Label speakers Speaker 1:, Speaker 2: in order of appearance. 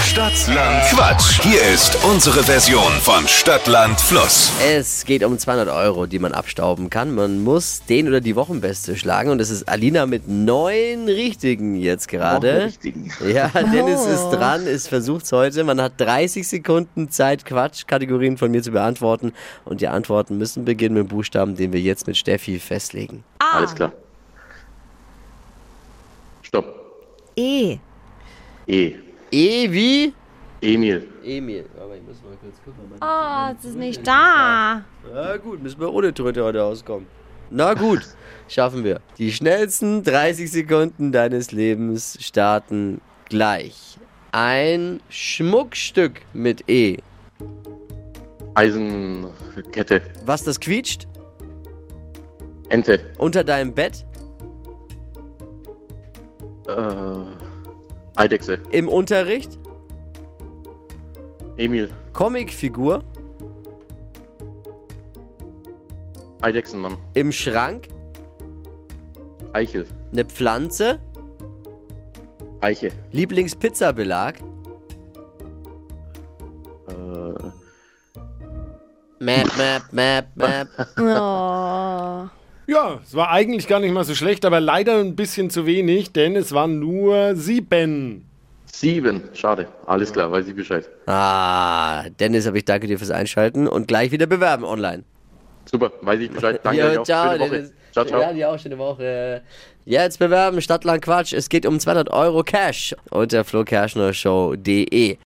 Speaker 1: Stadtland Quatsch. Hier ist unsere Version von Stadtland Fluss.
Speaker 2: Es geht um 200 Euro, die man abstauben kann. Man muss den oder die Wochenbeste schlagen. Und es ist Alina mit neun Richtigen jetzt gerade.
Speaker 3: Richtigen.
Speaker 2: Ja, Dennis ist dran, es versucht's heute. Man hat 30 Sekunden Zeit, Quatschkategorien von mir zu beantworten. Und die Antworten müssen beginnen mit dem Buchstaben, den wir jetzt mit Steffi festlegen.
Speaker 3: Alles klar. Stopp.
Speaker 4: E.
Speaker 3: E.
Speaker 2: E wie?
Speaker 3: Emil.
Speaker 2: Emil. Aber ich muss mal kurz gucken.
Speaker 4: Oh, es ist nicht da.
Speaker 2: Na gut, müssen wir ohne Tröte heute auskommen. Na gut, schaffen wir. Die schnellsten 30 Sekunden deines Lebens starten gleich. Ein Schmuckstück mit E.
Speaker 3: Eisenkette.
Speaker 2: Was das quietscht?
Speaker 3: Ente.
Speaker 2: Unter deinem Bett?
Speaker 3: Äh, Eidechse.
Speaker 2: Im Unterricht?
Speaker 3: Emil.
Speaker 2: Comicfigur?
Speaker 3: Eidechsenmann.
Speaker 2: Im Schrank?
Speaker 3: Eichel.
Speaker 2: Eine Pflanze?
Speaker 3: Eiche.
Speaker 2: Lieblingspizzabelag?
Speaker 3: Äh,
Speaker 2: Map, map, map, map.
Speaker 4: Oh.
Speaker 5: Ja, es war eigentlich gar nicht mal so schlecht, aber leider ein bisschen zu wenig, denn es waren nur sieben.
Speaker 3: sieben. Schade. Alles klar, weiß ich Bescheid.
Speaker 2: Ah, Dennis, aber ich danke dir fürs Einschalten und gleich wieder bewerben online.
Speaker 3: Super, weiß ich Bescheid. Danke euch
Speaker 2: Ja,
Speaker 3: auch.
Speaker 2: ciao,
Speaker 3: Schöne
Speaker 2: Dennis.
Speaker 3: Woche. Ciao, ciao.
Speaker 2: Ja, dir auch schöne Woche. Jetzt bewerben Stadtland Quatsch. Es geht um 200 Euro Cash unter flokerschnershow.de.